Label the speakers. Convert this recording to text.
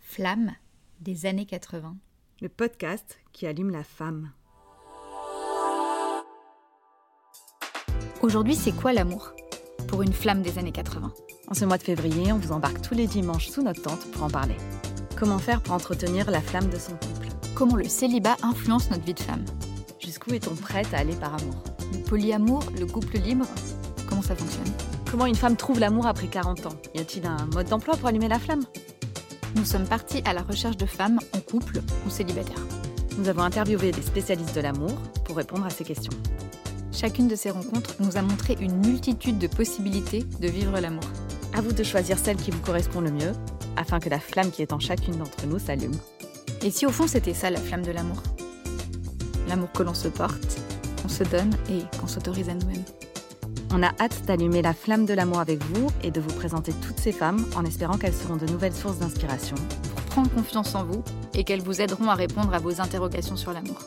Speaker 1: Flamme des années 80.
Speaker 2: le podcast qui allume la femme.
Speaker 1: Aujourd'hui, c'est quoi l'amour Pour une flamme des années 80.
Speaker 3: En ce mois de février, on vous embarque tous les dimanches sous notre tente pour en parler. Comment faire pour entretenir la flamme de son couple
Speaker 1: Comment le célibat influence notre vie de femme
Speaker 3: Jusqu'où est-on prête à aller par amour
Speaker 1: Le polyamour, le couple libre Comment ça fonctionne
Speaker 3: Comment une femme trouve l'amour après 40 ans Y a-t-il un mode d'emploi pour allumer la flamme
Speaker 1: Nous sommes partis à la recherche de femmes en couple ou célibataires.
Speaker 3: Nous avons interviewé des spécialistes de l'amour pour répondre à ces questions.
Speaker 1: Chacune de ces rencontres nous a montré une multitude de possibilités de vivre l'amour.
Speaker 3: À vous de choisir celle qui vous correspond le mieux, afin que la flamme qui est en chacune d'entre nous s'allume.
Speaker 1: Et si au fond c'était ça la flamme de l'amour L'amour que l'on se porte, qu'on se donne et qu'on s'autorise à nous-mêmes.
Speaker 3: On a hâte d'allumer la flamme de l'amour avec vous et de vous présenter toutes ces femmes en espérant qu'elles seront de nouvelles sources d'inspiration.
Speaker 1: Prendre confiance en vous et qu'elles vous aideront à répondre à vos interrogations sur l'amour.